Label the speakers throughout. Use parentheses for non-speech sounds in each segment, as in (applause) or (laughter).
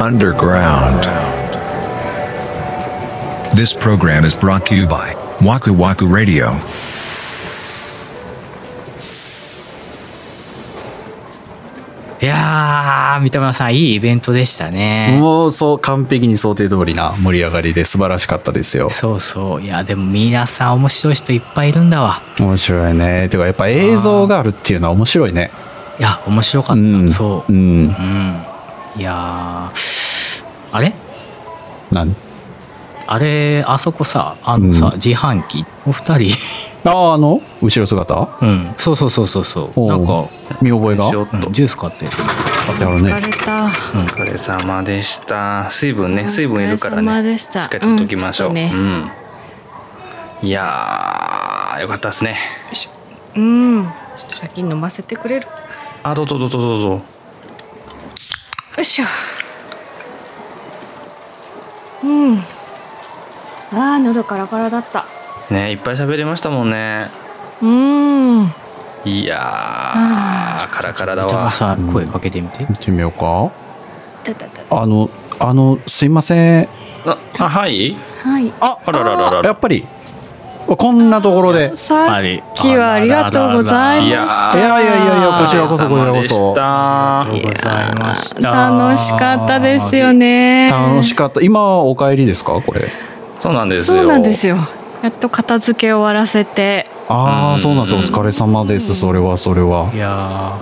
Speaker 1: underground.
Speaker 2: This program is brought to you by Waku Waku Radio.
Speaker 3: いやー、三田村さん、いいイベントでしたね。
Speaker 4: もうそう完璧に想定通りな盛り上がりで素晴らしかったですよ
Speaker 3: そうそう。いや、でも皆さん面白い人いっぱいいるんだわ。
Speaker 4: 面白いねてかやっぱ映像があるっていうのは面白いね
Speaker 3: いや、面白かっ
Speaker 4: う
Speaker 3: た。
Speaker 4: ん
Speaker 3: そう。
Speaker 4: ん
Speaker 3: うん。いやー。あれ
Speaker 4: なん
Speaker 3: あれ、あそこさ、あのさ、
Speaker 4: うん
Speaker 3: 自販機お二人 (laughs)
Speaker 4: ああの後ろ姿
Speaker 3: うん。そうそうそうそうそう。
Speaker 4: おう
Speaker 3: なんか、
Speaker 4: 見覚えが
Speaker 5: ちょっ
Speaker 3: うん
Speaker 5: と
Speaker 3: ジュース買って。
Speaker 4: あったよね
Speaker 6: れた。
Speaker 5: お疲れ様でした水分ね水分いるから
Speaker 6: お疲れ様
Speaker 5: ね
Speaker 6: で
Speaker 5: しっ
Speaker 6: した
Speaker 5: かりとっときましょう、う
Speaker 6: うんんちょっと
Speaker 5: いやーよかったですね
Speaker 6: うん。ちょっと先に飲ませてくれる。よ
Speaker 5: あどうぞどうぞどうぞ
Speaker 6: いしょ。うん。ああ、喉カラカラだった。
Speaker 5: ねいっぱい喋りましたもんね
Speaker 6: うん。
Speaker 5: いやーカラカラだ
Speaker 3: 三田村
Speaker 5: わ
Speaker 3: さん、声かけてみて。
Speaker 4: 見てみようか
Speaker 6: たたた。
Speaker 4: あのあのすいません
Speaker 5: ああはい
Speaker 6: はい。
Speaker 4: あ
Speaker 5: あらららら
Speaker 4: やっぱりこんなところで
Speaker 6: さっきはありがとうござい
Speaker 5: いや
Speaker 6: ました。
Speaker 4: いやいやいやいやこちらこそこちらこそ
Speaker 3: ありがとうございました。
Speaker 6: 楽しかったですよ。ね。
Speaker 4: 楽しかった今お帰りですかこれ
Speaker 5: そうなんですよ
Speaker 6: そうなんですよ。やっと片付け終わらせて。
Speaker 4: あ
Speaker 5: う
Speaker 4: あ
Speaker 5: ん
Speaker 4: そうなんですよお疲れ様ですそれはそれはい
Speaker 3: や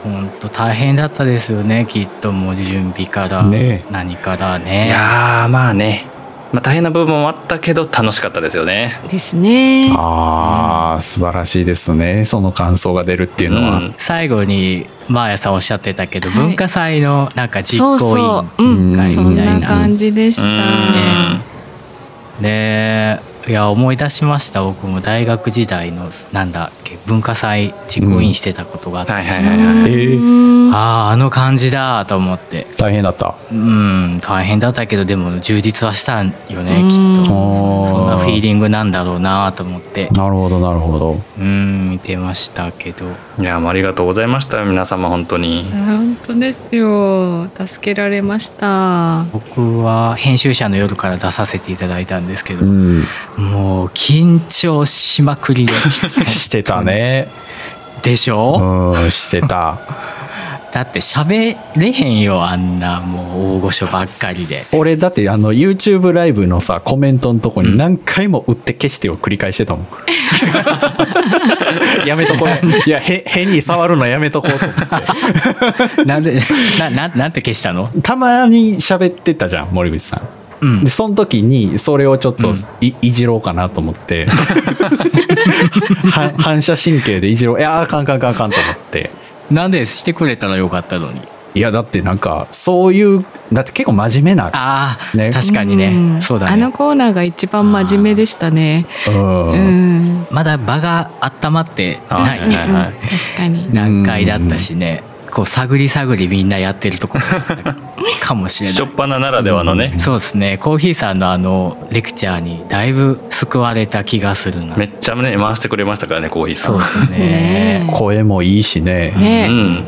Speaker 3: ー、本当大変だったですよね。きっともう準備から、
Speaker 4: ね
Speaker 3: 何から
Speaker 5: い
Speaker 3: ね。
Speaker 5: やーまあね、まあ、大変な部分もあったけど楽しかったですよね
Speaker 6: ですね。
Speaker 4: ああ素晴らしいですねその感想が出るっていうのは、
Speaker 5: うん
Speaker 3: 最後にマーヤさんおっしゃってたけど、
Speaker 6: はい
Speaker 3: 文化祭のなんか実
Speaker 6: そう
Speaker 3: 行委員
Speaker 6: そう。うん。
Speaker 4: うん
Speaker 3: 会
Speaker 6: そ
Speaker 3: み
Speaker 6: ん
Speaker 3: たい
Speaker 6: な
Speaker 3: な。
Speaker 6: 感じでした。
Speaker 5: うん
Speaker 3: でいや思い出しました僕も大学時代のなんだっけ文化祭実行委員してたことがあって、
Speaker 5: はいはいはいはい
Speaker 4: えー
Speaker 6: うん
Speaker 3: あああの感じだと思って
Speaker 4: 大変だった
Speaker 3: うん大変だったけどでも充実はしたんよねきっと
Speaker 4: うん
Speaker 3: そんなフィーリングなんだろうなと思って
Speaker 4: なるほどなるほど
Speaker 3: うん見てましたけど
Speaker 5: いやもうありがとうございました皆様本当に
Speaker 6: 本当ですよ。助けられました。
Speaker 3: 僕は編集者の夜から出させていただいたんですけど、
Speaker 4: うん
Speaker 3: もう緊張しまくり
Speaker 5: (laughs)
Speaker 3: で
Speaker 4: してたね
Speaker 3: でしょ、
Speaker 4: うんしてた
Speaker 3: だって喋れへんよあんなもう大御所ばっかりで
Speaker 4: 俺だってあの YouTube ライブのさコメントのとこに何回も打って消してを繰り返してた (laughs) もん、やめと (laughs) こういやへ変に触るのやめとこうと思って
Speaker 3: なんでなななんて消したの
Speaker 4: たまに喋ってたじゃん森口さん
Speaker 3: うん
Speaker 4: でその時にそれをちょっとい,、じろうかなと思っては反射神経でいじろういやあかんあかんあかんあかんと思って
Speaker 3: なんでしてくれたらよかったのに
Speaker 4: いやだってなんかそういうだって結構真面目な
Speaker 3: ああ、
Speaker 4: ね
Speaker 3: 確かにね、
Speaker 6: うん
Speaker 3: そうだ
Speaker 6: あの
Speaker 3: ね
Speaker 6: コーナーが一番真面目でしたね。
Speaker 4: うん
Speaker 6: うん。
Speaker 3: まだ場が温まってな
Speaker 5: はいはいいはい
Speaker 6: 確かに。
Speaker 3: 段階だったしねこう探り探りみんなやってるところだったかもしれ
Speaker 5: 初
Speaker 3: な
Speaker 5: っ端ならではのね
Speaker 3: い、そうですねコーヒーさんのあのレクチャーにだいぶ救われた気がするな
Speaker 5: めっちゃね回してくれましたからねコーヒーさ
Speaker 3: そ
Speaker 5: ん
Speaker 3: うですね
Speaker 6: ね
Speaker 4: 声もいいしね、
Speaker 5: う
Speaker 6: ね
Speaker 5: ん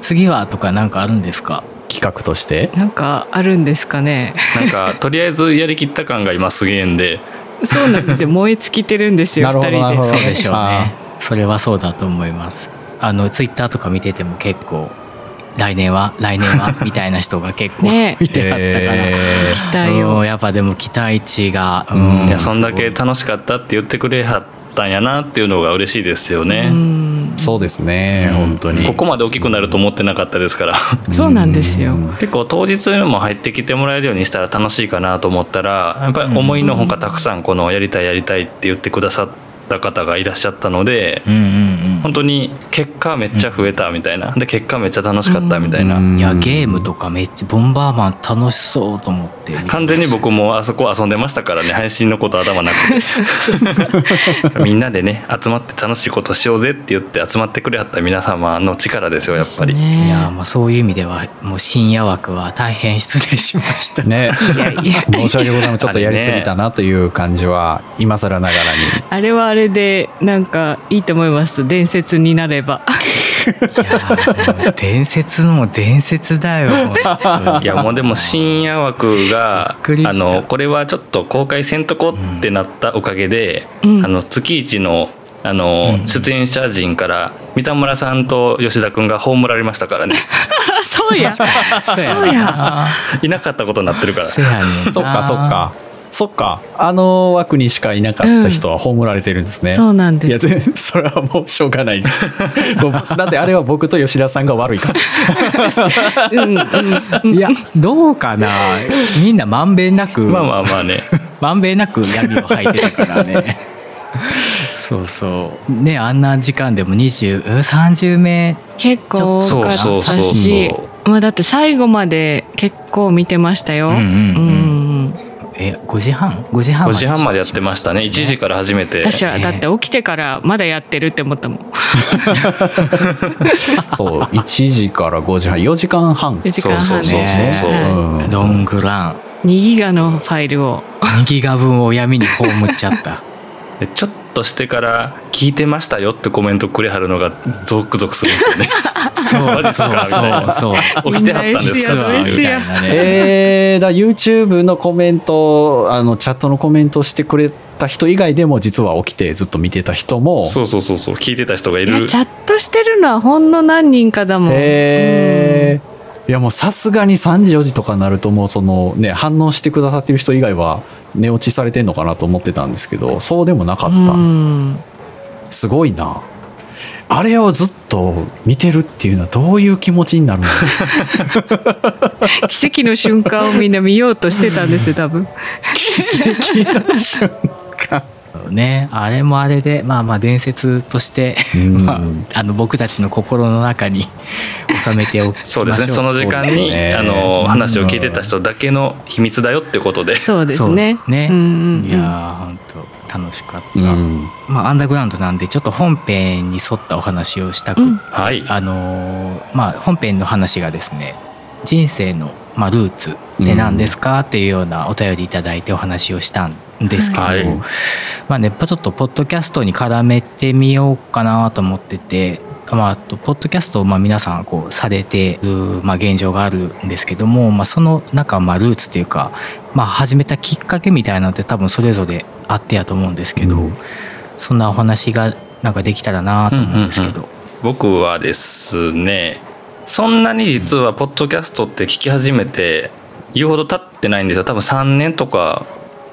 Speaker 3: 次はとかなんかあるんですか
Speaker 4: 企画として
Speaker 6: なんかあるんですかね。
Speaker 5: なんかとりあえずやりきった感が今すげえんで
Speaker 6: そうなんですよ。燃え尽きてるんですよ。
Speaker 4: な
Speaker 6: 二
Speaker 4: るほどなるほ
Speaker 6: 人
Speaker 4: ど
Speaker 6: で。
Speaker 3: そうでしょう
Speaker 4: あ
Speaker 3: ねそれはそうだと思いますあのツイッターとか見てても結構来年は来年 (laughs) はみたいな人が結構、
Speaker 6: ね
Speaker 3: 見てあったから、
Speaker 4: え
Speaker 6: 期待
Speaker 3: うん
Speaker 6: を。
Speaker 3: やっぱでも期待値が、う
Speaker 5: いやそんだけ楽しかったって言ってくれはったんやなっていうのが嬉しいですよね、
Speaker 6: うん
Speaker 4: ー。そうですね、本当に
Speaker 5: ここまで大きくなると思ってなかったですから
Speaker 6: そうなんですよ。
Speaker 5: 結構当日も入ってきてもらえるようにしたら楽しいかなと思ったらやっぱり思いのほかたくさんこのやりたいやりたいって言ってくださった方がいらっしゃったので
Speaker 3: うんうん
Speaker 5: 本当に結果めっちゃ増えたみたいなで結果めっちゃ楽しかったみたいな、
Speaker 3: うんいやゲームとかめっちゃボンバーマン楽しそうと思って
Speaker 5: 完全に僕もあそこ遊んでましたからね配信のこと頭なくてみんなでね集まって楽しいことしようぜって言って集まってくれはった皆様の力ですよやっぱり、
Speaker 3: いや
Speaker 6: ね
Speaker 3: まあそういう意味ではもう深夜枠は大変失礼しました
Speaker 4: ね
Speaker 6: いやいや。
Speaker 4: (laughs) 申し訳ございませんちょっとやりすぎたなという感じは今更ながらに
Speaker 6: あれはあれでなんかいいと思います伝説になれば (laughs)
Speaker 3: いやーもう伝説のも伝説だよ本当
Speaker 5: (laughs) い
Speaker 3: に
Speaker 5: やもうでも深夜枠が
Speaker 3: びっくりした
Speaker 5: あのこれはちょっと公開せんとこってなったおかげで、
Speaker 6: うん
Speaker 5: あの月一のあの、出演者陣から三田村さんと吉田君が葬られましたからね
Speaker 6: あそうや
Speaker 3: そうや
Speaker 6: そう
Speaker 5: (laughs)
Speaker 6: や
Speaker 5: いなかったことになってるから
Speaker 3: そうやねんな
Speaker 4: (laughs) そっかそっかそっかあの枠にしかいなかった人は葬られてるんですね、
Speaker 6: そうなん
Speaker 4: い
Speaker 6: で
Speaker 4: や
Speaker 6: す
Speaker 4: 全それはもうしょうがないです (laughs) そうだってあれは僕と吉田さんが悪いから
Speaker 6: うんうん
Speaker 3: いやどうかなみんなまんべんなく
Speaker 5: まあまあまあね
Speaker 3: まんべんなく闇を吐いてたからねそうそうねあんな時間でも20うん30名
Speaker 6: 結構多か
Speaker 5: そう
Speaker 6: っ
Speaker 5: そうそう
Speaker 6: た
Speaker 5: そう
Speaker 6: しまあだって最後まで結構見てましたよ
Speaker 3: うんうん
Speaker 6: うんうん
Speaker 3: え5時半5時半
Speaker 5: 5
Speaker 3: まで
Speaker 5: 時半までやってましたね1時から始めて
Speaker 6: 私は
Speaker 3: ね
Speaker 6: だって起きてからまだやってるって思ったもん
Speaker 4: そう1時から5時半4時間半
Speaker 6: 4時間
Speaker 5: そ
Speaker 6: 半
Speaker 5: う
Speaker 6: で
Speaker 5: そうそうそう
Speaker 6: は
Speaker 4: うん
Speaker 3: ロングラン
Speaker 6: い2ギガのファイルを
Speaker 3: 2ギガ分を闇に葬っちゃった
Speaker 5: でちょっとしてから「聞いてましたよ」ってコメントくれはるのがゾクゾクするんです
Speaker 6: (laughs)
Speaker 5: よね
Speaker 3: そう
Speaker 5: (laughs) マジっすか
Speaker 3: そうそうそう
Speaker 5: 起きてはったんです
Speaker 6: みん
Speaker 3: 実
Speaker 6: な SE
Speaker 3: は
Speaker 6: や
Speaker 3: みたいなね、
Speaker 4: えー、だ YouTube のコメントあのチャットのコメントしてくれた人以外でも実は起きてずっと見てた人も
Speaker 5: そうそうそうそう聞いてた人がい
Speaker 6: いや
Speaker 5: る
Speaker 6: チャットしてるのはほんの何人かだもん
Speaker 4: へーいやもうさすがに3時4時とかになるともうそのね反応してくださってる人以外は寝落ちされてんのかなと思ってたんですけどそうでもなか
Speaker 6: う
Speaker 4: った、
Speaker 6: ん
Speaker 4: すごいなあれをずっと見てるっていうのはどういう気持ちになるの
Speaker 6: 奇跡の瞬間をみんな見ようとしてたんですよ多分
Speaker 4: 奇跡の瞬間
Speaker 3: ね、あれもあれでまあまあ伝説として、
Speaker 4: ん
Speaker 3: (laughs) まあ、あの僕たちの心の中に (laughs) 収めておきましょう
Speaker 5: そうですねその時間
Speaker 4: そうです
Speaker 5: に、
Speaker 4: ね
Speaker 5: あの話を聞いてた人だけの秘密だよってことで
Speaker 6: そうですね
Speaker 3: そうね、
Speaker 6: うんうんうん
Speaker 3: いやー本当楽しかった、
Speaker 4: うん
Speaker 3: まあ、アンダーグラウンドなんでちょっと本編に沿ったお話をしたく、
Speaker 6: うん
Speaker 5: はい
Speaker 3: あのーまあ、本編の話がですね人生の、まあ、ルーツって何ですかっていうようなお便りいただいてお話をしたんですけど、
Speaker 5: はい
Speaker 3: まあね、やっぱちょっとポッドキャストに絡めてみようかなと思ってて。まあ、あとポッドキャストをまあ皆さんこうされてる、まあ、現状があるんですけども、まあ、その中まあルーツというか、まあ、始めたきっかけみたいなのって多分それぞれあってやと思うんですけど、
Speaker 4: うん
Speaker 3: そんなお話がなんかできたらなと思うんですけど、
Speaker 5: 僕はですねそんなに実はポッドキャストって聞き始めて言うほど経ってないんですよ多分3年とか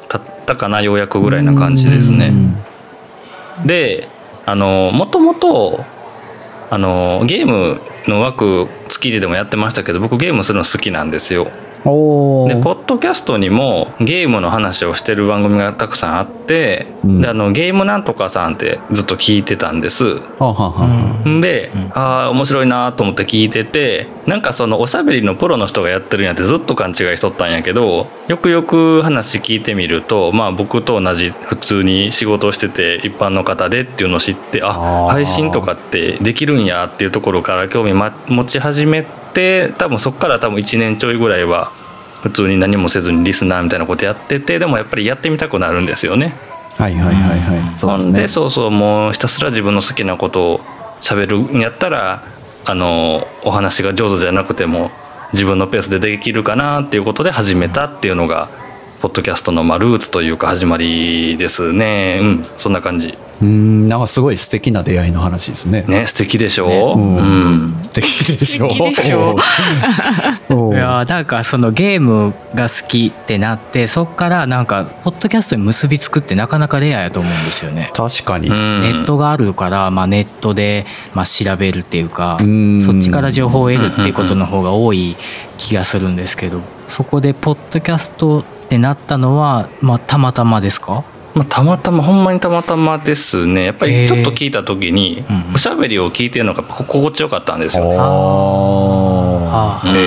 Speaker 5: 経ったかなようやくぐらいな感じですねであのもともとあのゲームの枠築地でもやってましたけど僕ゲームするの好きなんですよ
Speaker 4: お
Speaker 5: でポ
Speaker 4: ー
Speaker 5: ッドキャストにもゲームの話をしてる番組がたくさんあって、
Speaker 4: うん
Speaker 5: であのゲームなんとかさんってずっと聞いてたんです
Speaker 4: はあはあはあ
Speaker 5: で、
Speaker 3: うん
Speaker 5: ああ面白いなと思って聞いててなんかそのおしゃべりのプロの人がやってるんやってずっと勘違いしとったんやけどよくよく話聞いてみるとまあ僕と同じ普通に仕事をしてて一般の方でっていうのを知ってあ
Speaker 4: あー
Speaker 5: 配信とかってできるんやっていうところから興味、ま、持ち始めて多分そっから多分1年ちょいぐらいは普通に何もせずにリスナーみたいなことやっててでもやっぱりやってみたくなるんですよね。
Speaker 4: はいはいはいはいそうです
Speaker 5: ほん
Speaker 4: ね
Speaker 5: でそうそうもうひたすら自分の好きなことを喋るんやったらあのお話が上手じゃなくても自分のペースでできるかなっていうことで始めたっていうのが、ポッドキャストのまあルーツというか始まりですねうんそんな感じ
Speaker 4: うーんなんかすごい素敵な出会いの話ですね。
Speaker 5: ね素敵でしょう、
Speaker 3: ね
Speaker 5: うん
Speaker 4: 素敵でしょ
Speaker 6: 素敵でしょ
Speaker 4: お
Speaker 3: い
Speaker 4: ー
Speaker 3: やーなんかそのゲームが好きってなってそっからなんかポッドキャストに結びつくってなかなかレアやと思うんですよね。
Speaker 4: 確かに。
Speaker 5: うん
Speaker 3: ネットがあるから、まあ、ネットで、まあ、調べるっていうか
Speaker 4: うん
Speaker 3: そっちから情報を得るっていうことの方が多い気がするんですけどそこでポッドキャストってなったのは、まあ、たまたまですか
Speaker 5: まあ、たまたまほんまにたまたまですねやっぱりちょっと聞いた時に、
Speaker 3: ーうん
Speaker 5: おしゃべりを聞いてるのが心地よかったんですよね
Speaker 4: あ
Speaker 3: あー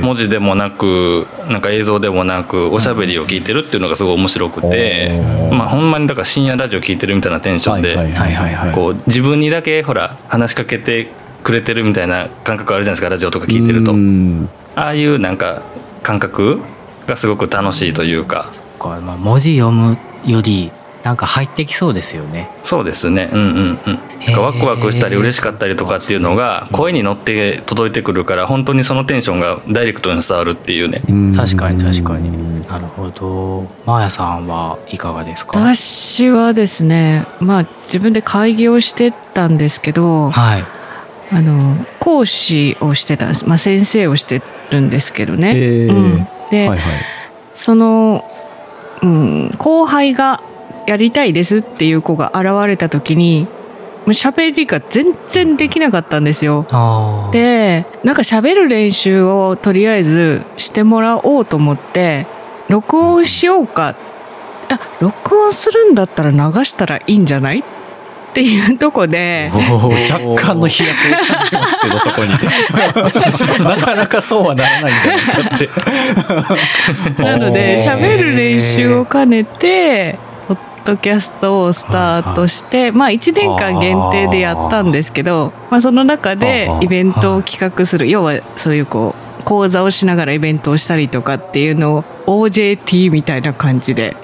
Speaker 4: へー
Speaker 5: 文字でもなくなんか映像でもなくおしゃべりを聞いてるっていうのがすごい面白くて、
Speaker 4: おー
Speaker 5: まあ、ほんまにだから深夜ラジオ聞いてるみたいなテンションで、
Speaker 3: はいはいはい
Speaker 5: こう自分にだけほら話しかけてくれてるみたいな感覚あるじゃないですかラジオとか聞いてると
Speaker 4: うん
Speaker 5: ああいうなんか感覚がすごく楽しいというか
Speaker 3: これまあ文字読むよりなんか入ってきそうですよね
Speaker 5: そうですねうんうんうんなんかワクワクしたり嬉しかったりとかっていうのが声に乗って届いてくるから本当にそのテンションがダイレクトに伝わるっていうね
Speaker 3: 確かに確かになるほどマーヤさんはいかがですか
Speaker 1: 私はですねまあ自分で開業してたんですけど
Speaker 3: はい
Speaker 1: あの講師をしてたんです、まあ、先生をしてるんですけどね、
Speaker 4: えー
Speaker 1: うんで、
Speaker 4: はいはい
Speaker 1: その、うん、後輩がやりたいですっていう子が現れた時にもう喋りが全然できなかったんですよ。
Speaker 3: あー
Speaker 1: でなんか喋る練習をとりあえずしてもらおうと思って録音しようかあ録音するんだったら流したらいいんじゃないっていうとこで
Speaker 4: おー若干の飛躍を感じますけ (laughs) どそこになかなかそうはならないんじゃないかって
Speaker 1: なので
Speaker 3: おー
Speaker 1: 喋る練習を兼ねてポッドキャストをスタートして、まあ1年間限定でやったんですけどまあ、その中で
Speaker 4: あー
Speaker 1: イベントを企画する要はそういうこう講座をしながらイベントをしたりとかっていうのを OJT みたいな感じで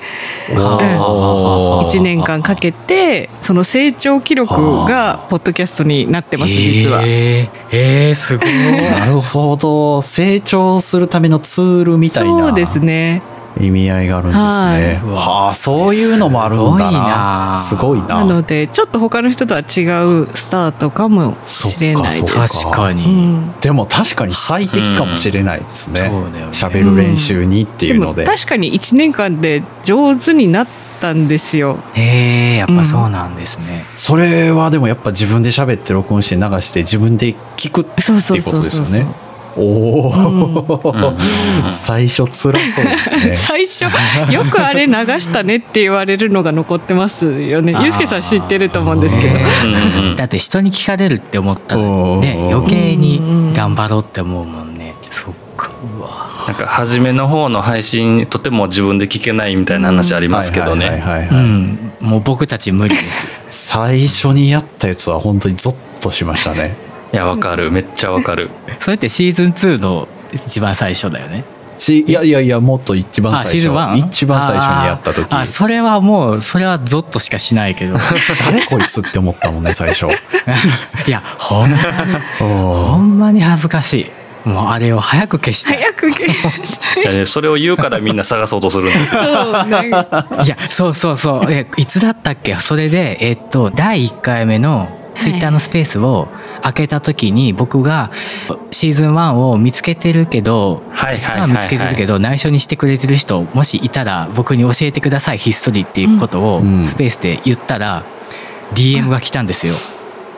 Speaker 4: おー
Speaker 1: 1年間かけてその成長記録がポッドキャストになってます実は。
Speaker 3: えー、えー、すご (laughs) い
Speaker 4: なるほど成長するためのツールみたい
Speaker 1: そう
Speaker 4: な
Speaker 1: ですね
Speaker 4: 意味合いがあるんですね
Speaker 3: はいうわ
Speaker 4: はあそういうのもあるんだな
Speaker 3: す
Speaker 4: す
Speaker 3: ご
Speaker 4: ご
Speaker 3: い
Speaker 4: い
Speaker 1: な
Speaker 4: な
Speaker 1: のでちょっと他の人とは違うスタートかもしれないです
Speaker 4: そっか
Speaker 3: 確か
Speaker 1: う
Speaker 3: に、
Speaker 1: ん
Speaker 4: でも確かに最適かもしれないですね
Speaker 3: うんそうだよね
Speaker 4: 喋、る練習にっていうので
Speaker 1: も確かに1年間で上手になったんですよ
Speaker 3: えー、やっぱそうなんですね、
Speaker 4: それはでもやっぱ自分で喋って録音して流して自分で聞くって
Speaker 1: そうそ
Speaker 4: いううこ
Speaker 1: そ
Speaker 4: と
Speaker 1: う
Speaker 4: です
Speaker 1: そう
Speaker 4: よねおお、最初辛そうです
Speaker 1: (laughs)
Speaker 4: ね
Speaker 1: 最初よくあれ流したねって言われるのが残ってますよね
Speaker 3: あー
Speaker 1: ゆうすけさん知ってると思うんですけど、
Speaker 3: えー
Speaker 5: うんうんうん
Speaker 3: だって人に聞かれるって思ったのに
Speaker 4: お
Speaker 3: ね
Speaker 4: ー
Speaker 3: 余計に頑張ろうって思うもんねそっか
Speaker 5: なんか初めの方の配信とても自分で聞けないみたいな話ありますけど
Speaker 4: はい
Speaker 5: ね
Speaker 4: はいはいは
Speaker 3: う
Speaker 4: い
Speaker 3: んもう僕たち無理です (laughs)
Speaker 4: 最初にやったやつは本当にゾッとしましたね
Speaker 5: いやわかるめっちゃわかる
Speaker 3: それってシーズン2の一番最初だよね
Speaker 4: しいやいやいやもっと一番
Speaker 3: あ
Speaker 4: 最
Speaker 3: シーズ
Speaker 4: 初
Speaker 3: ン 1?
Speaker 4: 一番最初にやった時
Speaker 3: あーあそれはもうそれはゾッとしかしない
Speaker 4: (laughs)
Speaker 3: けど
Speaker 4: 誰こいつって思ったもんね最初
Speaker 3: いやほんほ
Speaker 4: おー
Speaker 3: んまに恥ずかしいもうあれを早く消したい
Speaker 1: 早くゲームした
Speaker 5: い
Speaker 1: い
Speaker 5: やねそれを言うからみんな探そうとするんですよ
Speaker 1: そうなんか
Speaker 3: いやそうそうそうえいつだったっけそれでえっと第1回目の
Speaker 1: い
Speaker 3: ツイッターのスペースを開けた時に僕がシーズン1を見つけてるけど
Speaker 5: はいはい
Speaker 3: 実
Speaker 5: はい
Speaker 3: は
Speaker 5: はい
Speaker 3: 見つけてるけど内緒にしてくれてる人もしいたら僕に教えてくださいひっそりっていうことを
Speaker 4: うん
Speaker 3: スペースで言ったら DM が来たんですよ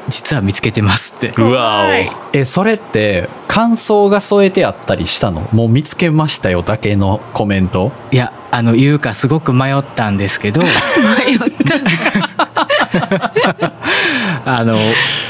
Speaker 3: 実は見つけてますって
Speaker 5: うわ
Speaker 1: はい
Speaker 5: お
Speaker 4: えそれって感想が添えてあったりしたのもう見つけましたよだけのコメント
Speaker 3: いやあの言うかすごく迷ったんですけど
Speaker 1: (laughs) 迷った
Speaker 3: (laughs) あの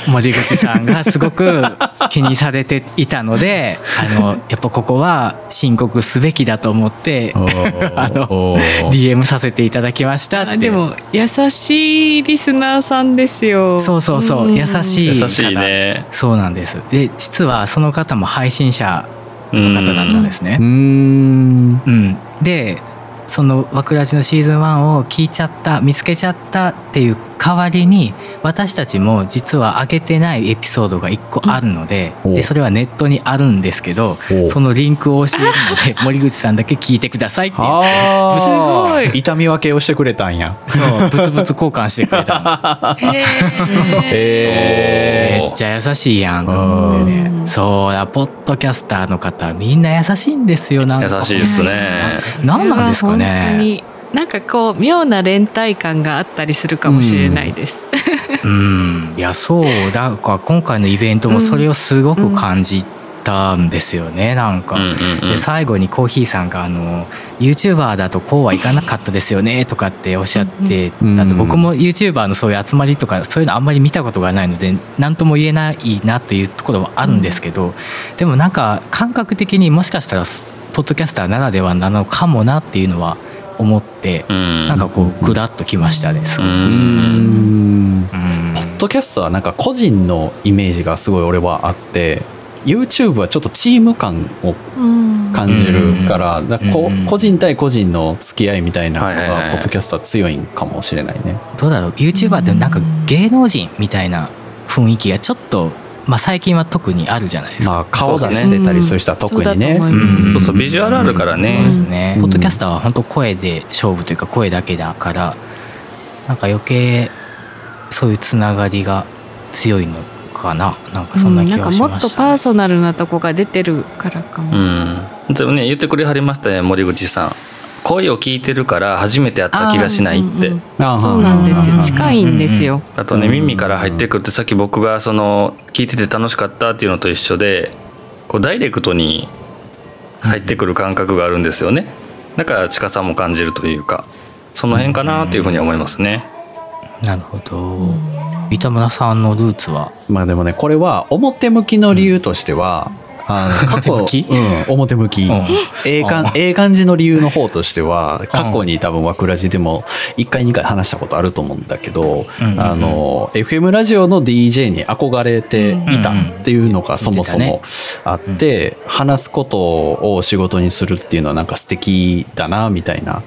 Speaker 3: 森口さんがすごく気にされていたの
Speaker 1: (laughs)
Speaker 3: であのやっぱここは申告すべきだと思って
Speaker 4: おー
Speaker 3: あの
Speaker 4: おー
Speaker 3: DM させていただきましたって
Speaker 1: あでも優しいリスナーさんですよ
Speaker 3: そうそうそう、
Speaker 1: ん
Speaker 3: 優しい
Speaker 5: 優
Speaker 3: 方
Speaker 5: しいね
Speaker 3: そうなんですで実はその方も配信者の方だったんですね
Speaker 4: うーん
Speaker 3: うん、でその「わくらじ」のシーズン1を聞いちゃった見つけちゃったっていう代わりに私たちも実は上げてないエピソードが1個あるので,、
Speaker 4: うんお
Speaker 3: で
Speaker 4: う
Speaker 3: それはネットにあるんですけど
Speaker 4: おう
Speaker 3: そのリンクを教えるので森口さんだけ聞いてくださいっていう
Speaker 4: あー
Speaker 1: すごい
Speaker 4: 痛み分けをしてくれたんや
Speaker 3: そうブツブツ交換してくれたの
Speaker 1: へー
Speaker 4: え
Speaker 3: めっちゃ優しいやんと思ってねそうやポッドキャスターの方みんな優しいんですよなんか
Speaker 5: 優しいですね
Speaker 3: 何なんですかね
Speaker 1: これは本当になんかこう妙な連帯感があったりするかもしれないです。
Speaker 3: うん、いやそうだから今回のイベントもそれをすごく感じたんですよね、なんか。
Speaker 5: うんうんうん
Speaker 3: で最後にコーヒーさんがあの「YouTuber だとこうはいかなかったですよね」とかっておっしゃってた
Speaker 4: うんん
Speaker 3: で、僕も YouTuber のそういう集まりとかそういうのあんまり見たことがないので何とも言えないなというところもあるんですけど、でもなんか感覚的にもしかしたらポッドキャスターならではなのかもなっていうのは思って、
Speaker 5: うん
Speaker 3: なんかこうグラッときましたね。す
Speaker 5: う
Speaker 3: ごい
Speaker 5: ん
Speaker 4: うん
Speaker 3: うん
Speaker 4: ポッドキャストはなんか個人のイメージがすごい俺はあって YouTube はちょっとチーム感を
Speaker 6: うん
Speaker 4: 感じるから,、だからこ
Speaker 3: うん
Speaker 4: 個人対個人の付き合いみたいなの
Speaker 5: はいはいはいは
Speaker 4: が
Speaker 5: い
Speaker 4: ポッドキャストは強いんかもしれないね。
Speaker 3: どうだろう YouTuber ってなんか芸能人みたいな雰囲気がちょっと、まあ、最近は特にあるじゃないですか、
Speaker 4: まあ顔出
Speaker 5: そうです
Speaker 4: し
Speaker 5: ね
Speaker 4: てたりする人は特にね。
Speaker 1: そうだと思い
Speaker 3: ん
Speaker 1: ます
Speaker 5: そうそうビジュアルあるからね
Speaker 3: そうですね、
Speaker 4: うん
Speaker 3: ポッドキャスターは本当声で勝負というか声だけだからなんか余計そういうつながりが強いのかななんかそんな気
Speaker 1: うん
Speaker 3: が
Speaker 1: ん
Speaker 3: し
Speaker 1: か
Speaker 3: ま
Speaker 1: もっと
Speaker 3: したね、
Speaker 1: パーソナルなとこが出てるからか
Speaker 5: う
Speaker 1: も、
Speaker 5: んでもね言ってくれはりましたね森口さん声を聞いてるから初めて会った気がしないってあ,、
Speaker 1: あーうんうん
Speaker 4: ああ
Speaker 1: そうなんです
Speaker 3: う
Speaker 1: よ
Speaker 3: ん
Speaker 1: 近いんですよ、
Speaker 5: とね、
Speaker 4: うん
Speaker 5: 耳から入ってくるってさっき僕がその聞いてて楽しかったっていうのと一緒でこうダイレクトに入ってくる感覚があるんですよねだから近さも感じるというかその辺かなっていうふうに思いますね、
Speaker 3: なるほど三村さんのルーツは
Speaker 4: まあでもねこれは表向きの理由としては、あの過去
Speaker 3: 表向き
Speaker 4: うん、表向き、
Speaker 3: うん
Speaker 4: ええ感
Speaker 3: うん
Speaker 4: ええ感じの理由の方としては過去に多分枠ラジでも1回2回話したことあると思うんだけど、
Speaker 3: うん
Speaker 4: あの FM ラジオの DJ に憧れていたっていうのがそもそもあって、話すことを仕事にするっていうのはなんか素敵だなみたいな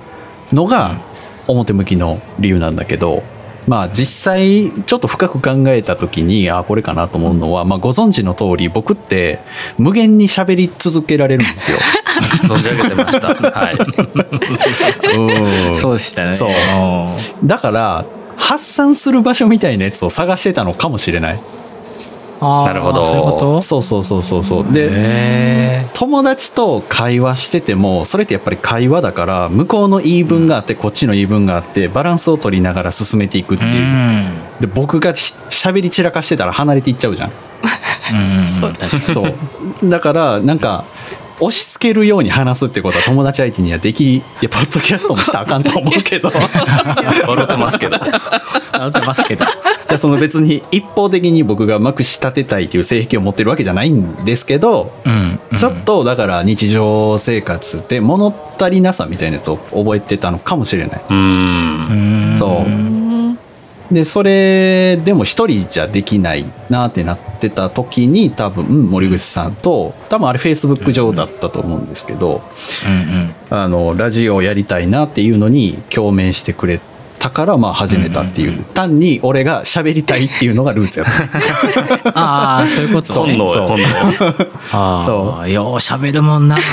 Speaker 4: のが表向きの理由なんだけど。まあ実際ちょっと深く考えた時にあこれかなと思うのは、まあ、ご存知の通り僕って無限に喋り続けられるんですよ。
Speaker 5: 存じ上げてましたはい
Speaker 4: うん
Speaker 3: そうでしたね
Speaker 4: そう
Speaker 3: う
Speaker 4: だから発散する場所みたいなやつを探してたのかもしれない
Speaker 3: あー
Speaker 5: なるほど
Speaker 3: そういうこと
Speaker 4: そうそうそうそうそうで
Speaker 3: へ
Speaker 4: 友達と会話しててもそれってやっぱり会話だから向こうの言い分があってこっちの言い分があってバランスを取りながら進めていくって
Speaker 3: えうん
Speaker 4: いう
Speaker 5: (laughs)
Speaker 4: で僕がし喋り散らかしてたら離れていっちゃうじゃん
Speaker 3: うんうん確かに
Speaker 4: そうだからなんか押し付けるように話すってことは友達相手にはできいやポッドキャストもしたらあかんと思うけ
Speaker 3: (laughs)
Speaker 4: ど
Speaker 5: 笑ってますけど
Speaker 3: 笑ってますけど
Speaker 4: でその別に一方的に僕がまく仕立てたいという性癖を持ってるわけじゃないんですけど、
Speaker 3: うんうん
Speaker 4: ちょっとだから日常生活で物足りなさみたいなやつを覚えてたのかもしれない。
Speaker 5: うん
Speaker 3: うん
Speaker 4: そうでそれでも一人じゃできないなってなってた時に多分森口さんと多分あれ Facebook 上だったと思うんですけど、
Speaker 3: うん
Speaker 4: あのラジオやりたいなっていうのに共鳴してくれたからまあ始めたっていう、単に俺が喋りたいっていうのがルーツやった。
Speaker 3: うんああそういうこと
Speaker 5: (laughs) 本能よ本能
Speaker 3: ああ
Speaker 4: そ
Speaker 3: よう喋るも (laughs) んな
Speaker 4: そ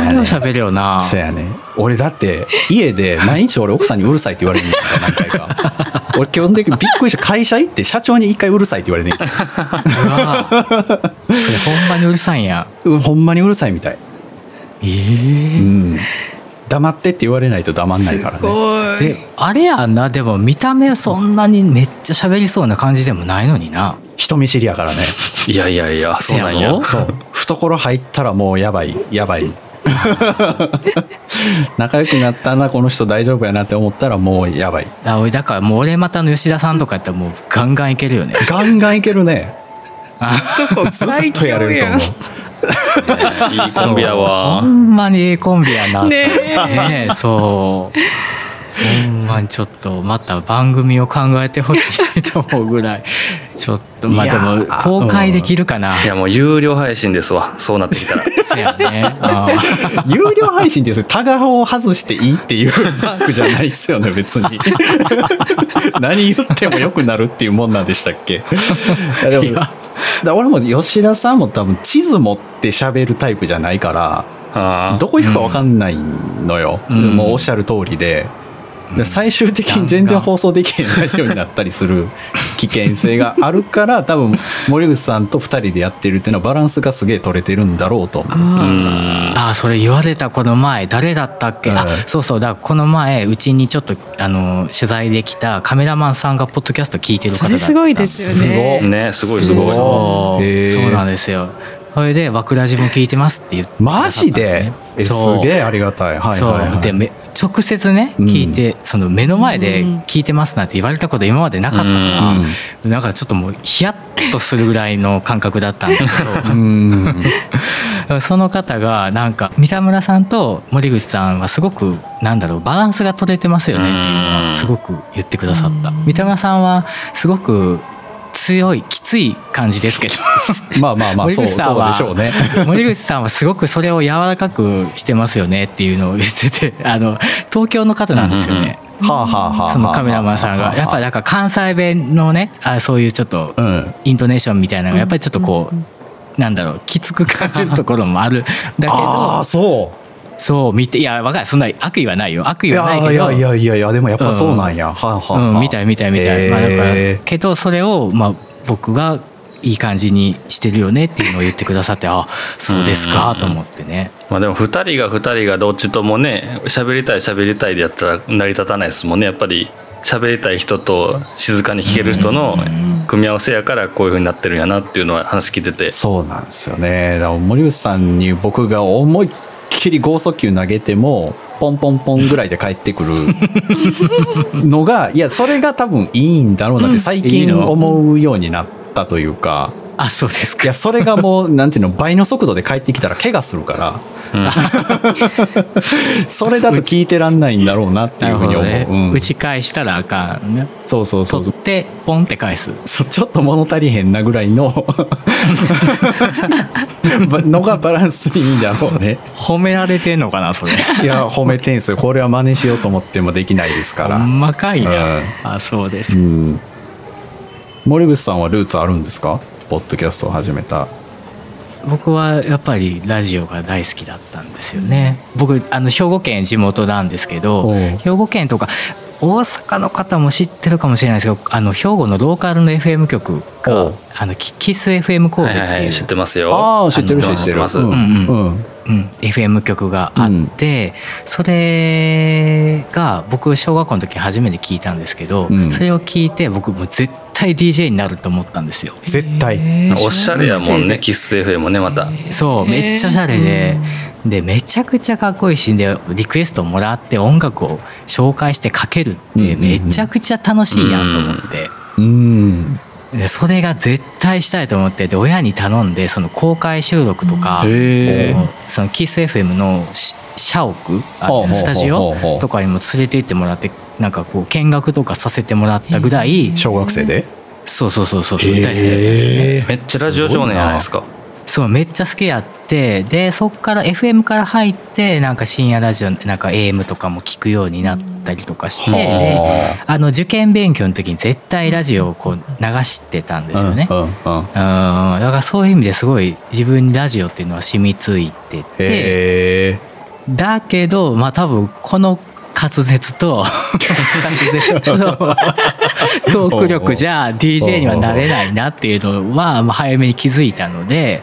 Speaker 4: うや
Speaker 3: 何
Speaker 4: ね
Speaker 3: を喋るよな
Speaker 4: そうやね。俺だって、家で毎日俺奥さんにうるさいって言われるんだから、何回か。俺基本的にびっくりした。会社行って社長に一回うるさいって言われてん
Speaker 3: うわそれほんまにうるさいんや
Speaker 4: うん、ほんまにうるさいみたい。
Speaker 3: え
Speaker 4: うん。黙ってって言われないと黙んないからね。
Speaker 3: えであれやんなでも見た目はそんなにめっちゃ喋りそうな感じでもないのにな
Speaker 4: 人見知りやからね。
Speaker 5: いやいやいやそうなんや
Speaker 3: せやろ
Speaker 4: そう。懐入ったらもうやばい、やばい。 (laughs) 仲良くなったな、この人大丈夫やなって思ったらもうやばい。
Speaker 3: あ俺だからもう俺またの吉田さんとかやったらもうガンガンいけるよね
Speaker 4: ガンガンいけるね。
Speaker 1: 最
Speaker 4: とやれると思う。
Speaker 5: いいコンビやわ
Speaker 3: ほんまにええコンビやなと
Speaker 1: ね
Speaker 3: ねえそうほんまにちょっとまた番組を考えてほしいと思うぐらいちょっとま
Speaker 4: いや
Speaker 3: あでも
Speaker 4: ー
Speaker 3: 公開できるかない
Speaker 5: やもう有料配信ですわそうなってきたら
Speaker 3: せやねう
Speaker 4: (laughs)
Speaker 3: ん
Speaker 4: 有料配信ってそれタガを外していいっていうマークじゃないっすよね別
Speaker 3: (laughs)
Speaker 4: に何言ってもよくなるっていうもんなんでしたっけいやでも
Speaker 3: (laughs) いや
Speaker 4: だ俺も吉田さんも多分地図持って喋るタイプじゃないから
Speaker 5: あ
Speaker 4: (laughs) どこ行くか分かんないのよ、
Speaker 3: うん
Speaker 4: もうおっしゃる通りで。で最終的に全然放送できないようになったりす
Speaker 3: (laughs)
Speaker 4: る危険性があるから多分森口さんと2人でやってるっていうのはバランスがすげえ取れてるんだろうと思う。
Speaker 5: あうん
Speaker 3: ああそれ言われたこの前誰だったっけ、あ
Speaker 4: うん
Speaker 3: そうそうだからこの前うちにちょっとあの取材できたカメラマンさんがポッドキャスト聞いてる
Speaker 1: そ
Speaker 3: 方だ
Speaker 1: れ
Speaker 3: った
Speaker 1: すごいですよね
Speaker 5: ねすごいすごい
Speaker 3: そう、
Speaker 4: へー
Speaker 3: そうなんですよそれで「枠ラジも聞いてます」って言ってくだ
Speaker 4: マ
Speaker 3: さったん
Speaker 4: ジ
Speaker 3: す
Speaker 4: で
Speaker 3: ね
Speaker 4: えす
Speaker 3: そう
Speaker 4: げえありがたい。はい
Speaker 3: そう、
Speaker 4: はい、はい。
Speaker 3: でめ直接ね
Speaker 4: うん
Speaker 3: 聞いて、その目の前で聞いてますなんて言われたこと今までなかったから、なんかちょっともうヒヤッとするぐらいの感覚だったんだけど
Speaker 4: うん。
Speaker 3: その方がなんか三田村さんと森口さんはすごくなんだろうバランスが取れてますよねっていうのはすごく言ってくださった三田村さんはすごく強いきつい感じ
Speaker 4: (laughs)
Speaker 3: ですけど
Speaker 4: まあまあまあ
Speaker 3: 森
Speaker 4: そう
Speaker 3: 口さ
Speaker 4: そ
Speaker 3: ん
Speaker 4: う
Speaker 3: は
Speaker 4: でしょうね
Speaker 3: 森口さんはすごくそれを柔らかくしてますよねっていうのを言っててあの東京の方なんですよね、
Speaker 4: はあはあはあ
Speaker 3: そのカメラマンさんがやっぱ
Speaker 4: り
Speaker 3: だから関西弁のねあそういうちょっと
Speaker 4: うん
Speaker 3: イントネーションみたいなのがやっぱりちょっとこう、なんだろうきつく感じるところもあるだけど
Speaker 4: (laughs) ああそ
Speaker 3: そう見ていやわかるそんな悪意はないよ悪
Speaker 4: うい
Speaker 3: 意はないけ
Speaker 4: や
Speaker 3: ど
Speaker 4: いやいやいやいやでもやっぱそうなんや、はあはあは
Speaker 3: う
Speaker 4: あ
Speaker 3: ん、みたいみたいみたい、まあ、だからけどそれを、まあ、僕がいい感じにしてるよねっていうのを言ってくださってあそうですかと思ってね
Speaker 5: まあでも2人が2人がどっちともね喋りたい喋りたいでやったら成り立たないですもんねやっぱり喋りたい人と静かに聞ける人の組み合わせやからこういう風になってるんやなっていうのは話聞いてて
Speaker 4: そうなんですよね。だから森内さんに僕が思いっきり剛速球投げても、ポンポンポンぐらいで帰って
Speaker 3: (laughs)
Speaker 4: くるのが、いや、それが多分いいんだろうなって最
Speaker 3: いい
Speaker 4: 近
Speaker 3: の
Speaker 4: 思うようになったというか、
Speaker 3: あそうです
Speaker 4: い
Speaker 3: か
Speaker 4: や、それがも (laughs) う、なんていうの、倍の速度で帰ってきたら怪我するから、 (laughs) それだと聞いてらんないんだろうなって
Speaker 3: な
Speaker 4: いう
Speaker 3: る
Speaker 4: ふうに
Speaker 3: ほど
Speaker 4: 思う。
Speaker 3: ね、
Speaker 4: うん
Speaker 3: 打ち返したらあかんね
Speaker 4: そうそうそう
Speaker 3: 取。ってポンって返す
Speaker 4: そちょっと物足りへんなぐらい (laughs) のばのがバランスいいんだろうね。
Speaker 3: 褒められてんのかなそれ
Speaker 4: いや褒めてんすよこれは真似しようと思ってもできないですか
Speaker 3: ほ
Speaker 4: ら、
Speaker 3: んまかいな、
Speaker 4: うん
Speaker 3: あそうです
Speaker 4: うん、森口さんはルーツあるんですかポッドキャストを始めた
Speaker 3: 僕はやっぱりラジオが大好きだったんですよね僕あの兵庫県地元なんですけど
Speaker 4: おう
Speaker 3: 兵庫県とか大阪の方も知ってるかもしれないですけどあの兵庫のローカルの FM 局
Speaker 5: お
Speaker 3: が
Speaker 5: う
Speaker 3: あのキキス FM 神戸っ
Speaker 5: は
Speaker 3: て
Speaker 5: いはい
Speaker 3: い
Speaker 5: は
Speaker 3: う
Speaker 5: い知ってますよ
Speaker 4: ああ知ってる
Speaker 5: あの
Speaker 4: 知ってる
Speaker 5: ます
Speaker 4: うん
Speaker 3: う
Speaker 4: うん
Speaker 3: うん、FM 局があって、それが僕小学校の時初めて聞いたんですけど、
Speaker 4: うん
Speaker 3: それを聞いて僕もう絶対 DJ になると思ったんですよ。
Speaker 4: 絶対
Speaker 5: おしゃれやもんね喫水 FM もねまた
Speaker 3: そうめっちゃおしゃれで、でめちゃくちゃかっこいいしでリクエストもらって音楽を紹介してかけるってめちゃくちゃ楽しいやんと思って、
Speaker 4: うん
Speaker 3: でそれが絶対したいと思ってで親に頼んでその公開収録とか、
Speaker 4: へえ
Speaker 3: そのそのキス FM のし社屋あ
Speaker 4: ほうほうほうほう
Speaker 3: スタジオとかにも連れて行ってもらってなんかこう見学とかさせてもらったぐらい、
Speaker 4: 小学生で
Speaker 3: そうそうそうそうそう大好きだったんですよね。
Speaker 5: めっちゃラジオ少年じゃないですか
Speaker 3: そうめっちゃ好きやってでそっから FM から入ってなんか深夜ラジオなんか AM とかも聞くようになったりとかしてで
Speaker 4: ね
Speaker 3: あの受験勉強の時に絶対ラジオをこう流してたんですよね。
Speaker 4: うんうんうん
Speaker 3: うんだからそういう意味ですごい自分にラジオっていうのは染みついてて
Speaker 4: へえ
Speaker 3: だけどまあ多分この滑舌
Speaker 4: (laughs)
Speaker 3: と滑舌とトーク力じゃ DJ にはなれないなっていうのはまあ早めに気づいたので。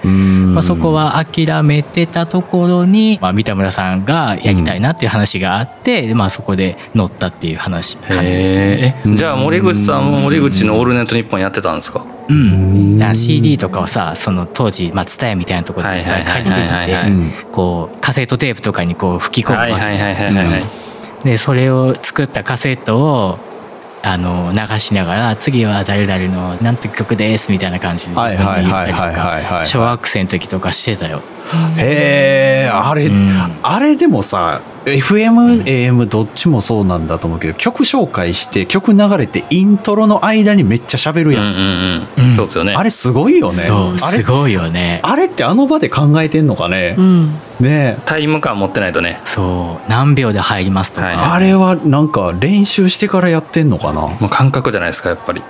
Speaker 3: まあ、そこは諦めてたところに、まあ、三田村さんがやりたいなっていう話があって、まあ、そこで乗ったっていう話感じですよね。
Speaker 5: へーえじゃあ森口さんも森口の「オールネットニッポン」やってたんですか
Speaker 3: うん、だから CD とかをさその当時蔦屋みたいなところでいっぱい借りて
Speaker 5: はいはいはいはい
Speaker 4: はい
Speaker 3: きてこうカセットテープとかにこう吹き込むわ
Speaker 5: は
Speaker 3: け
Speaker 5: い
Speaker 3: じゃ
Speaker 5: は
Speaker 3: ん
Speaker 5: いはいはいはいはい
Speaker 3: でそれを作ったカセットをあの流しながら次は誰々のなんて曲ですみたいな感じで言っ
Speaker 4: はい
Speaker 3: た
Speaker 4: はい
Speaker 3: りと
Speaker 4: はいはいはいは
Speaker 3: か
Speaker 4: い
Speaker 3: 小学生の時とかしてたよ。
Speaker 4: へえあれ、
Speaker 3: ん
Speaker 4: あれでもさ FMAM どっちもそうなんだと思うけど曲紹介して曲流れてイントロの間にめっちゃ喋る
Speaker 5: う
Speaker 4: や
Speaker 5: ん
Speaker 4: ん、
Speaker 5: うん
Speaker 3: う
Speaker 5: うんんそうですよね
Speaker 4: あれすごいよね
Speaker 3: そう
Speaker 4: あ
Speaker 3: す
Speaker 4: れ
Speaker 3: ごいよね。
Speaker 4: あれってあの場で考えてんのかね、
Speaker 1: うん
Speaker 4: ねえ
Speaker 5: タイム感持ってないとね
Speaker 3: そう何秒で入りますとか、
Speaker 5: はい
Speaker 4: あれはなんか練習してからやってんのかな
Speaker 5: もう感覚じゃないですかやっぱり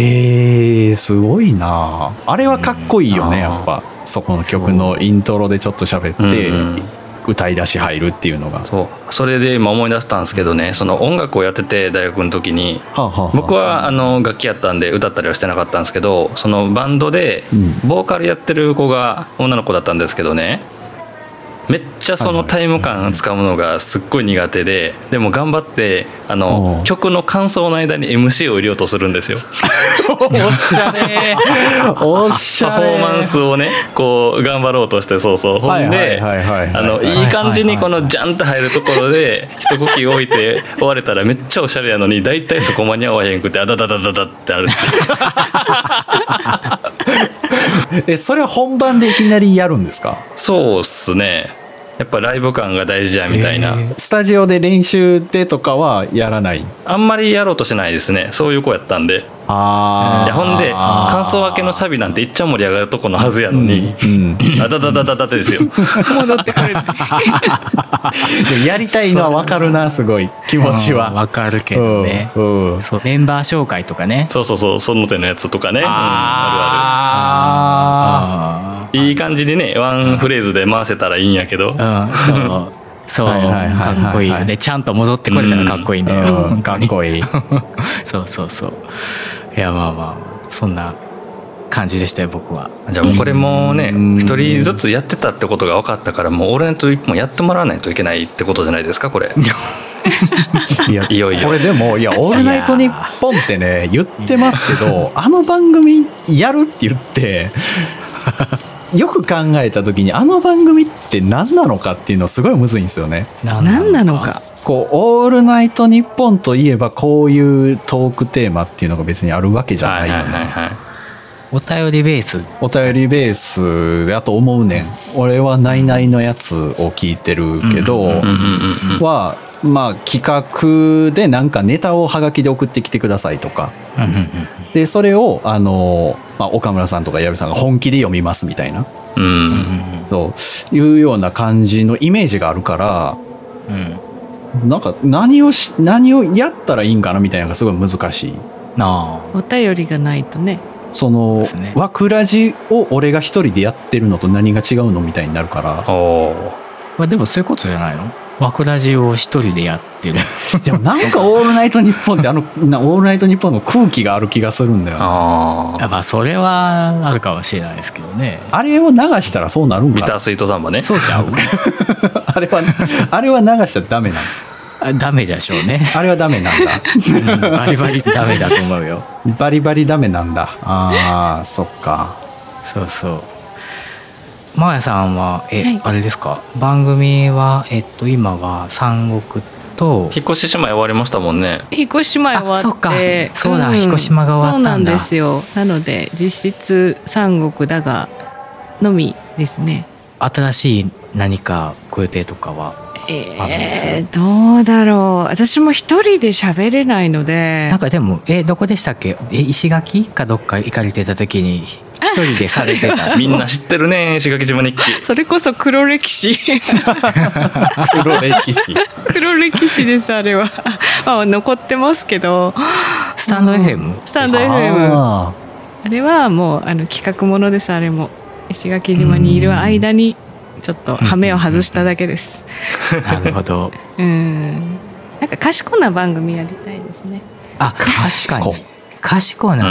Speaker 4: えー、すごいなあれはかっこいいよね、
Speaker 5: うん
Speaker 4: やっぱそこの曲のイントロでちょっと喋って、
Speaker 5: うん
Speaker 4: 歌い出し入るっていうのが
Speaker 5: そうそれで今思い出したんですけどねその音楽をやってて大学の時に
Speaker 4: はあはあはあ
Speaker 5: 僕はあの楽器やったんで歌ったりはしてなかったんですけどそのバンドで
Speaker 4: う
Speaker 5: ボーカルやってる子が女の子だったんですけどねめっちゃそのタイム感つかむのがすっごい苦手ででも頑張ってあ
Speaker 4: お
Speaker 5: の
Speaker 4: う
Speaker 5: 曲の感想の間に MC を入れようとするんですよ
Speaker 3: おしゃれ
Speaker 4: おっし
Speaker 5: パ
Speaker 4: ゃ
Speaker 5: フ
Speaker 4: れ
Speaker 5: ォーマンスをねこう頑張ろうとしてそうそうほんで
Speaker 4: はいはいはいはいはい
Speaker 5: あのいい感じにこのジャンと入るところ
Speaker 4: (laughs)
Speaker 5: で一呼吸置いて終われたらめっちゃおしゃれやのに大体そこ間に合わへんくてあだだだだだってある
Speaker 4: (laughs) えそれは本番でいきなりやるんですか
Speaker 5: そうっすねやっぱライブ感が大事やみたいな、
Speaker 3: へー
Speaker 4: スタジオで練習でとかはやらない
Speaker 5: あんまりやろうとしてないですねそういう子やったんで
Speaker 4: あ
Speaker 5: いやほんで感想分けの
Speaker 4: 差
Speaker 5: サビなんていっちゃ盛り上がるとこのはずやのに、
Speaker 4: うん、で
Speaker 5: あだだだだだだ
Speaker 4: (laughs)
Speaker 5: ですよ
Speaker 1: 戻ってこれない
Speaker 4: やりたいのは分かるなすごい気持ちは、
Speaker 3: うんわかるけどね
Speaker 4: うんうん
Speaker 3: そうメンバー紹介とかね
Speaker 5: そうそうそうその手のやつとかね、うんあ
Speaker 4: あ
Speaker 3: あ
Speaker 5: るあるいい感じでねワンフレーズで回せたらいいんやけど、
Speaker 3: あうんそうそう
Speaker 4: はいはいはいはいはい
Speaker 3: かっこいいよねちゃんと戻ってこれたらかっこいいね
Speaker 4: ーうん
Speaker 3: 本
Speaker 4: か
Speaker 3: 当
Speaker 4: っ
Speaker 3: に
Speaker 4: こいい
Speaker 3: そうそうそういやまあまあそんな感じでしたよ僕は
Speaker 5: じゃあもうこれもね
Speaker 4: うん
Speaker 5: 一人ずつやってたってことが分かったからもう俺と一本やってもらわないといけないってことじゃないですかこれ
Speaker 4: いや
Speaker 5: (laughs) いよいよ
Speaker 4: これでも「いやオールナイトニッポン」ってね言ってますけ
Speaker 5: (laughs)
Speaker 4: どあの番組やるって言ってよく考えた時にあの番組って何なのかっていうのすごいむずいんですよね。
Speaker 1: (laughs) 何なのか
Speaker 4: こう「オールナイトニッポン」といえばこういうトークテーマっていうのが別にあるわけじゃな
Speaker 5: はいい
Speaker 4: よ
Speaker 5: は
Speaker 4: ね。
Speaker 5: いはいはい
Speaker 3: お便りベース
Speaker 4: お便りベースやと思うねん俺は「ナイナイ」のやつを聞いてるけど、
Speaker 5: うんうんうんうん
Speaker 4: はまあ企画でなんかネタをはがきで送ってきてくださいとか
Speaker 3: うんうんうん
Speaker 4: でそれをあの、まあ、岡村さんとか矢部さんが本気で読みますみたいな
Speaker 5: うん
Speaker 4: そういうような感じのイメージがあるから
Speaker 3: うん
Speaker 4: なんか何をし何をやったらいいんかなみたいなのがすごい難しい。
Speaker 3: な
Speaker 1: お便りがないとね
Speaker 4: その
Speaker 3: ですね
Speaker 4: 和倉寺を俺が一人でやってるのと何が違うのみたいになるから
Speaker 3: (laughs)
Speaker 5: おお
Speaker 3: あまあでもそういうことじゃないのワクラジを一人でやっ
Speaker 4: (laughs)
Speaker 3: てる
Speaker 4: でもなんか「オールナイトニッポン」ってあの「なオールナイトニッポン」の空気がある気がするんだよね
Speaker 5: あ
Speaker 3: や
Speaker 5: あ
Speaker 3: っぱそれはあるかもしれないですけど
Speaker 4: (laughs)
Speaker 3: ね
Speaker 4: あれを流したらそうなるん
Speaker 5: ビター
Speaker 4: か
Speaker 5: スイートサンバね
Speaker 3: そうちゃう
Speaker 4: (laughs) あれはあれは流したらダメなの
Speaker 3: あ (laughs) ダメでしょうね
Speaker 4: あれはダメなんだ
Speaker 3: うん (laughs) バリバリダメだと思うよ
Speaker 4: バリバリダメなんだあーそっか
Speaker 3: そうそうマーヤさんはえ、
Speaker 6: はい
Speaker 3: あれですか番組はえっと今は三国と
Speaker 5: 引っ越し姉妹終わりましたもんね
Speaker 1: 引っ越し前終
Speaker 3: あそ
Speaker 1: わ
Speaker 3: っか
Speaker 1: って
Speaker 3: そうだ引っ越し間が終わったんだ
Speaker 1: そうなんですよなので実質三国だがのみですね
Speaker 3: 新しい何かご予定とかはあるんです
Speaker 1: え
Speaker 3: ね
Speaker 1: ー、どうだろう私も一人で喋れないので
Speaker 3: なんかでもえどこでしたっけえ石垣かどっか行かれてた時に一人でされてた
Speaker 5: みんな知って
Speaker 4: (laughs)
Speaker 5: るね石垣島日記
Speaker 1: それこそ黒歴史
Speaker 4: 黒歴史
Speaker 1: 黒歴史ですあれは、 (laughs) まあ、残ってますけど
Speaker 3: (laughs) スタンド
Speaker 1: (laughs)
Speaker 3: FM
Speaker 1: スタンド FM あ
Speaker 4: あ
Speaker 1: れはもうあの企画ものですあれも石垣島にいる間にちょっと羽目を外しただけです
Speaker 3: なるほど
Speaker 1: うんなんか賢な番組やりたいですね
Speaker 3: あ確かに賢いな
Speaker 5: う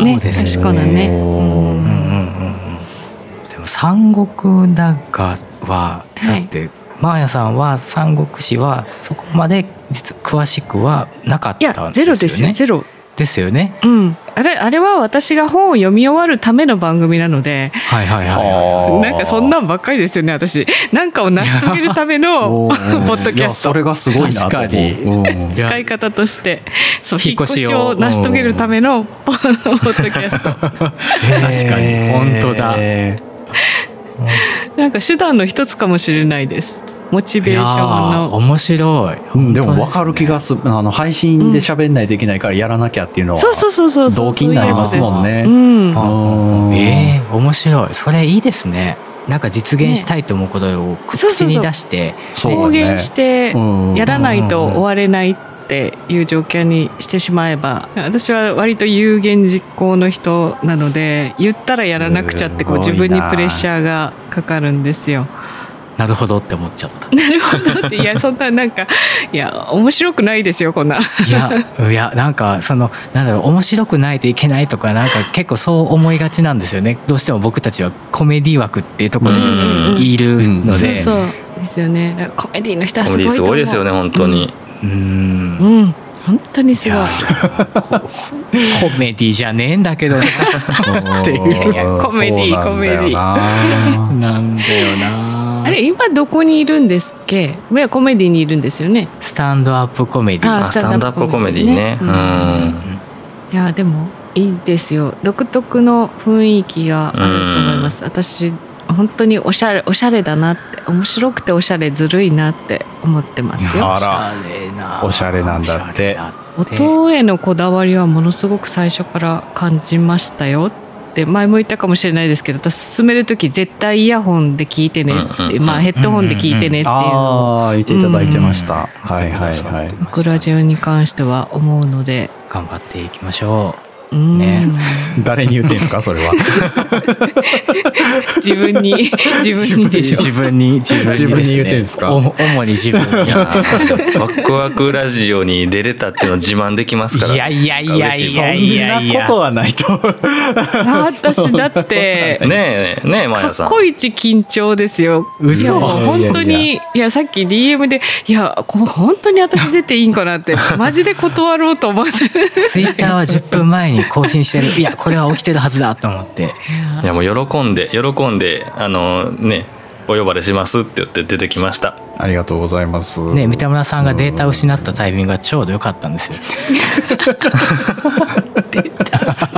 Speaker 5: ん
Speaker 3: ねそうです
Speaker 1: 賢
Speaker 3: ね
Speaker 1: なね、
Speaker 4: おー
Speaker 1: うん
Speaker 3: うんうんうんうんでも三国だがはだ
Speaker 1: はい
Speaker 3: って、マーヤさんは三国志はそこまで実は詳しくはなかっ
Speaker 1: い
Speaker 3: たんですよ
Speaker 1: や
Speaker 3: ね。
Speaker 1: ゼロですよゼロ
Speaker 3: ですよね。
Speaker 1: うんあれあれは私が本を読み終わるための番組なので
Speaker 3: はいはいはいはい。
Speaker 4: はあ
Speaker 1: なんかそんなんばっかりですよね私なんかを成し遂げるための
Speaker 4: おー
Speaker 1: (laughs) ポッドキャスト
Speaker 4: いやそれがすごいなと思
Speaker 3: 確かに
Speaker 4: う、うん
Speaker 1: 使い方としてそう
Speaker 3: 引
Speaker 1: 引
Speaker 3: っ
Speaker 1: っ
Speaker 3: 越
Speaker 1: 越
Speaker 3: しを
Speaker 1: しを成し遂げるための (laughs) ポポッドキャス
Speaker 4: (laughs)
Speaker 1: ト
Speaker 3: 確かに本当だ
Speaker 4: へ
Speaker 1: なんか手段の一つかもしれないですモチ
Speaker 3: い
Speaker 1: ベーショ
Speaker 3: や
Speaker 1: ン
Speaker 3: ー
Speaker 1: の
Speaker 3: 面白い。
Speaker 4: ーうんでも
Speaker 3: 本当
Speaker 4: 分かる気がするあの配信で喋んないといけないからやらなきゃっていうのは
Speaker 1: そうそうそうそうそう
Speaker 4: 動機になりますもんね
Speaker 1: そういうことです
Speaker 3: あ
Speaker 4: うん
Speaker 3: ええ面白い。それいいですね。なんか実現したいと思うことを口
Speaker 1: そうそうそう
Speaker 3: 口に出して、
Speaker 1: うん
Speaker 4: そうだね
Speaker 1: 公言して
Speaker 4: うん
Speaker 1: やらないと終われないっていう状況にしてしまえば私は割と有言実行の人なので言ったらやらなくちゃってこう
Speaker 4: す
Speaker 1: 自
Speaker 4: ごいな
Speaker 1: 分にプレッシャーがかかるんですよ。 (laughs)
Speaker 3: なるほどって思っちゃった。
Speaker 1: なるほどっていやそんななんかいや面白くないですよこんな。
Speaker 3: いや、いや、なんか、その、なんだろう、面白くないといけないとか、なんか、結構そう思いがちなんですよね。どうしても僕たちはコメディ枠っていうところ
Speaker 5: うん
Speaker 3: にいるので。
Speaker 1: そうそうですよねだからコメディの人は
Speaker 5: コ
Speaker 1: す
Speaker 5: メ
Speaker 1: ご
Speaker 5: デ
Speaker 1: いと思
Speaker 5: ィす
Speaker 1: う
Speaker 5: ごいですよね本当に、
Speaker 3: うん
Speaker 1: う。ん本当にす
Speaker 3: い
Speaker 1: ごい
Speaker 3: や、コメディじゃねえんだけどな。っていう。
Speaker 1: コメディ
Speaker 4: そうなんだよな
Speaker 3: なんだよな
Speaker 1: あ。れ今どこにいるんですっけ上はコメディにいるんですよね
Speaker 3: スタンドアップコメディ。
Speaker 1: あ
Speaker 5: あスタンドアップコメディね
Speaker 1: スタ
Speaker 5: う
Speaker 1: ン
Speaker 5: ん
Speaker 1: ドアいやでもいいですよ独特の雰囲気があると思います私本当におしゃれおしゃれだなって面白くておしゃれずるいなって思ってますよ
Speaker 4: あら
Speaker 3: おしゃれ
Speaker 4: おしゃれ
Speaker 3: な
Speaker 4: なんだって
Speaker 3: おしゃれなって
Speaker 1: 音へのこだわりはものすごく最初から感じましたよって前も言ったかもしれないですけど私進める時絶対イヤホンで聞いてねって、
Speaker 5: うんうんうん
Speaker 1: まあ、ヘッドホンで聞いてねっていうのを
Speaker 4: ああ言っていただいてました、はいはいはい
Speaker 1: 「クラジオ」に関しては思うので
Speaker 3: 頑張っていきましょ
Speaker 1: うん、
Speaker 3: ね
Speaker 4: (laughs) 誰に言ってんすかそれは
Speaker 1: 自分に自分に
Speaker 3: う
Speaker 1: でしょ
Speaker 3: 自分に自分に
Speaker 4: 自分に言うてんすか
Speaker 3: お主に自分に
Speaker 5: ワクワクラジオに出れたっていうのを自慢できますから。
Speaker 3: いやいやいやいやいやい
Speaker 4: そんな
Speaker 3: や
Speaker 4: ことはないと
Speaker 1: あ私だって
Speaker 5: ねえねえマヤさ
Speaker 1: 過
Speaker 5: ん。
Speaker 1: 去一緊張ですよ。
Speaker 3: 嘘
Speaker 1: いやもう
Speaker 4: いやいや
Speaker 1: 本当にいやさっき DM でいやこ本当に私出ていいんかなってマジで断ろうと思って。
Speaker 3: ツイッターは10分前に更新してるいやこれは起きてるはずだと思って
Speaker 5: いやもう喜んで喜んであのねお呼ばれしますって言って出てきました。
Speaker 4: ありがとうございます
Speaker 3: ね三田村さんがデータを失ったタイミングがちょうど良かったんですよ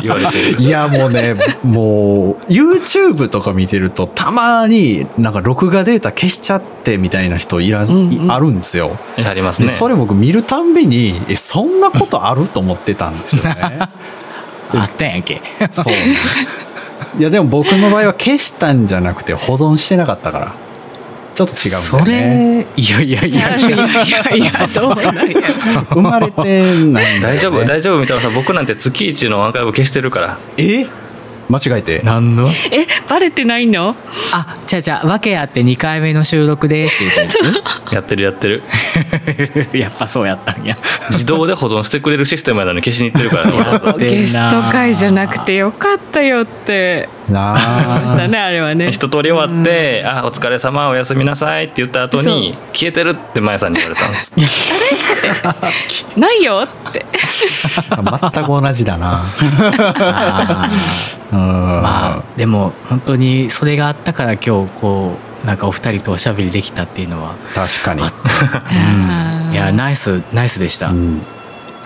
Speaker 5: 言われ
Speaker 4: (laughs)
Speaker 5: て
Speaker 4: (laughs)
Speaker 5: る。
Speaker 4: いやもうねもう YouTube とか見てるとたまになんか録画データ消しちゃってみたいな人いら、
Speaker 1: んうん
Speaker 4: いあるんですよ
Speaker 5: あります
Speaker 4: で
Speaker 5: ね。
Speaker 4: それ僕見るたんびにえそんなことあると思ってたんですよね
Speaker 3: あったんやんけ
Speaker 4: そういやでも僕の場合は消したんじゃなくて保存してなかったからちょっと違
Speaker 3: そ
Speaker 4: うんだよね
Speaker 3: れいやいやい
Speaker 1: いや
Speaker 3: や
Speaker 1: いやいやどうなんや
Speaker 4: 生まれてないんだよ、ね、
Speaker 5: (laughs) 大丈夫大丈夫みたいなさん僕なんて月一のアーカイブ消してるから。
Speaker 4: え間違えて
Speaker 3: 何の
Speaker 1: えバレてないの？
Speaker 3: あちゃうちゃう訳あって2回目の収録でって言ったんです
Speaker 5: やってるやってる。
Speaker 3: やっぱそうやったんや。
Speaker 5: 自動で保存してくれるシステムやのに消しに行ってるからね。わざわざ
Speaker 1: ゲスト会じゃなくてよかったよって
Speaker 4: な
Speaker 1: 思いました
Speaker 4: あ
Speaker 1: ねあれはね。
Speaker 5: 一通り終わって「あお疲れ様おやすみなさい」って言った後に「消えてる」ってマヤさんに言われたんです
Speaker 1: ないよって。
Speaker 4: 全く同じだなうん
Speaker 3: まあでも本当にそれがあったから今日こうなんかお二人とおしゃべりできたっていうのは、
Speaker 4: 確かに、
Speaker 3: うん、いやナイスナイスでした。
Speaker 4: うん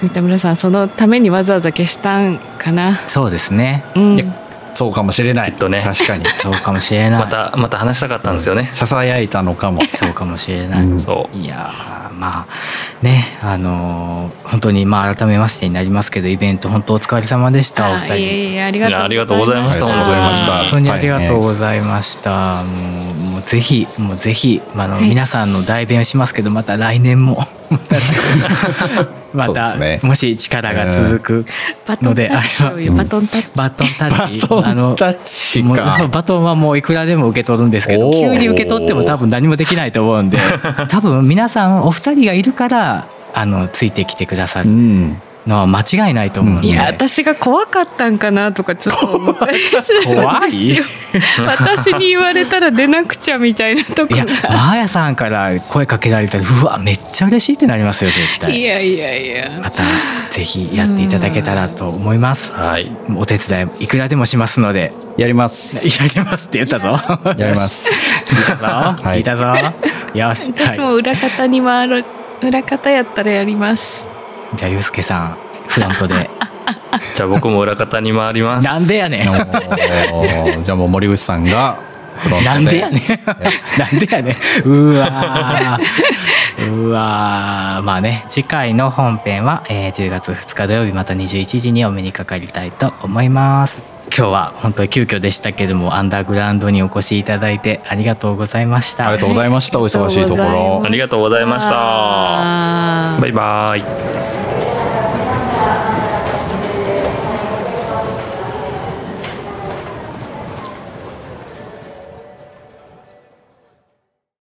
Speaker 1: 三田村さんそのためにわざわざ消したんかな。
Speaker 3: そうですね。
Speaker 1: うん。
Speaker 4: いやそうかもしれない
Speaker 5: きっとね
Speaker 4: 確かに
Speaker 3: そうかもしれない。
Speaker 5: またまた話したかったんですよね、
Speaker 4: ささやいたのかも
Speaker 3: そうかもしれない。
Speaker 4: うん
Speaker 5: そう
Speaker 3: いやーまあねあのー本当にまあ改めましてになりますけどイベント本当お疲れ様でしたお二
Speaker 1: あ
Speaker 3: 人。
Speaker 1: いえいえあり
Speaker 5: いやありが
Speaker 1: が
Speaker 5: と
Speaker 1: と
Speaker 5: う
Speaker 1: う
Speaker 5: ご
Speaker 1: ご
Speaker 5: ざ
Speaker 1: ざ
Speaker 5: い
Speaker 1: い
Speaker 5: ま
Speaker 1: ま
Speaker 5: し
Speaker 1: したた。
Speaker 5: 本当に
Speaker 4: ありがとうございました
Speaker 3: 本当にありがとうございました。もうもうぜひもうぜひまああの、
Speaker 1: はい
Speaker 3: 皆さんの代弁をしますけどまた来
Speaker 4: (laughs)
Speaker 3: 年もま
Speaker 4: そうで
Speaker 3: た、
Speaker 4: すね
Speaker 3: もし力が続く
Speaker 1: バト
Speaker 3: の
Speaker 1: ンタ
Speaker 3: で
Speaker 1: ッチしようよバトンタッチ。
Speaker 3: バトンタッチ
Speaker 4: バトンタッ
Speaker 3: あ
Speaker 4: チ
Speaker 3: のもう
Speaker 4: か
Speaker 3: そうバトンはもういくらでも受け取るんですけど
Speaker 4: おー
Speaker 3: 急に受け取っても多分何もできないと思
Speaker 4: (laughs)
Speaker 3: うんで多分皆さんお二人がいるからあのついてきてくださ
Speaker 4: う
Speaker 3: る
Speaker 4: ん
Speaker 3: のは間違いないと思うんで、
Speaker 1: いや私が怖かったんかなとかちょっと思って
Speaker 3: 怖い
Speaker 1: 私に言われたら出なくちゃみたいなとこ
Speaker 3: いや、
Speaker 1: が
Speaker 3: マーヤさんから声かけられたら、うわ、めっちゃ嬉しいってなりますよ、絶
Speaker 1: い
Speaker 3: 対。
Speaker 1: やいやいや
Speaker 3: また、ぜひやっていただけたらと思います。
Speaker 5: はい
Speaker 3: お手伝い、いくらでもしますので。
Speaker 4: やります
Speaker 3: やりますって言ったぞ。
Speaker 4: やりま。
Speaker 3: (laughs)
Speaker 4: す
Speaker 3: 聞いたぞ。
Speaker 4: は
Speaker 3: 聞
Speaker 4: い
Speaker 3: いたぞ。よし。
Speaker 1: 私も
Speaker 3: は
Speaker 1: 裏方に回る裏方やったらやります
Speaker 3: い、じゃあ、ゆうすけさん、フロントで。
Speaker 1: (laughs)
Speaker 5: じゃあ僕も裏方に回ります
Speaker 3: なんでやねん。
Speaker 4: おーじゃあもう森口さんがフロント
Speaker 3: なんでやねん。なんでやねん。うわー。うわーまあね次回の本編は、えー10月2日土曜日また21時にお目にかかりたいと思います今日は本当に急遽でしたけどもアンダーグラウンドにお越しいただいてありがとうございました
Speaker 4: ありがとうございましたお忙しいところ
Speaker 5: ありがとうございました
Speaker 1: あー
Speaker 5: バイバイ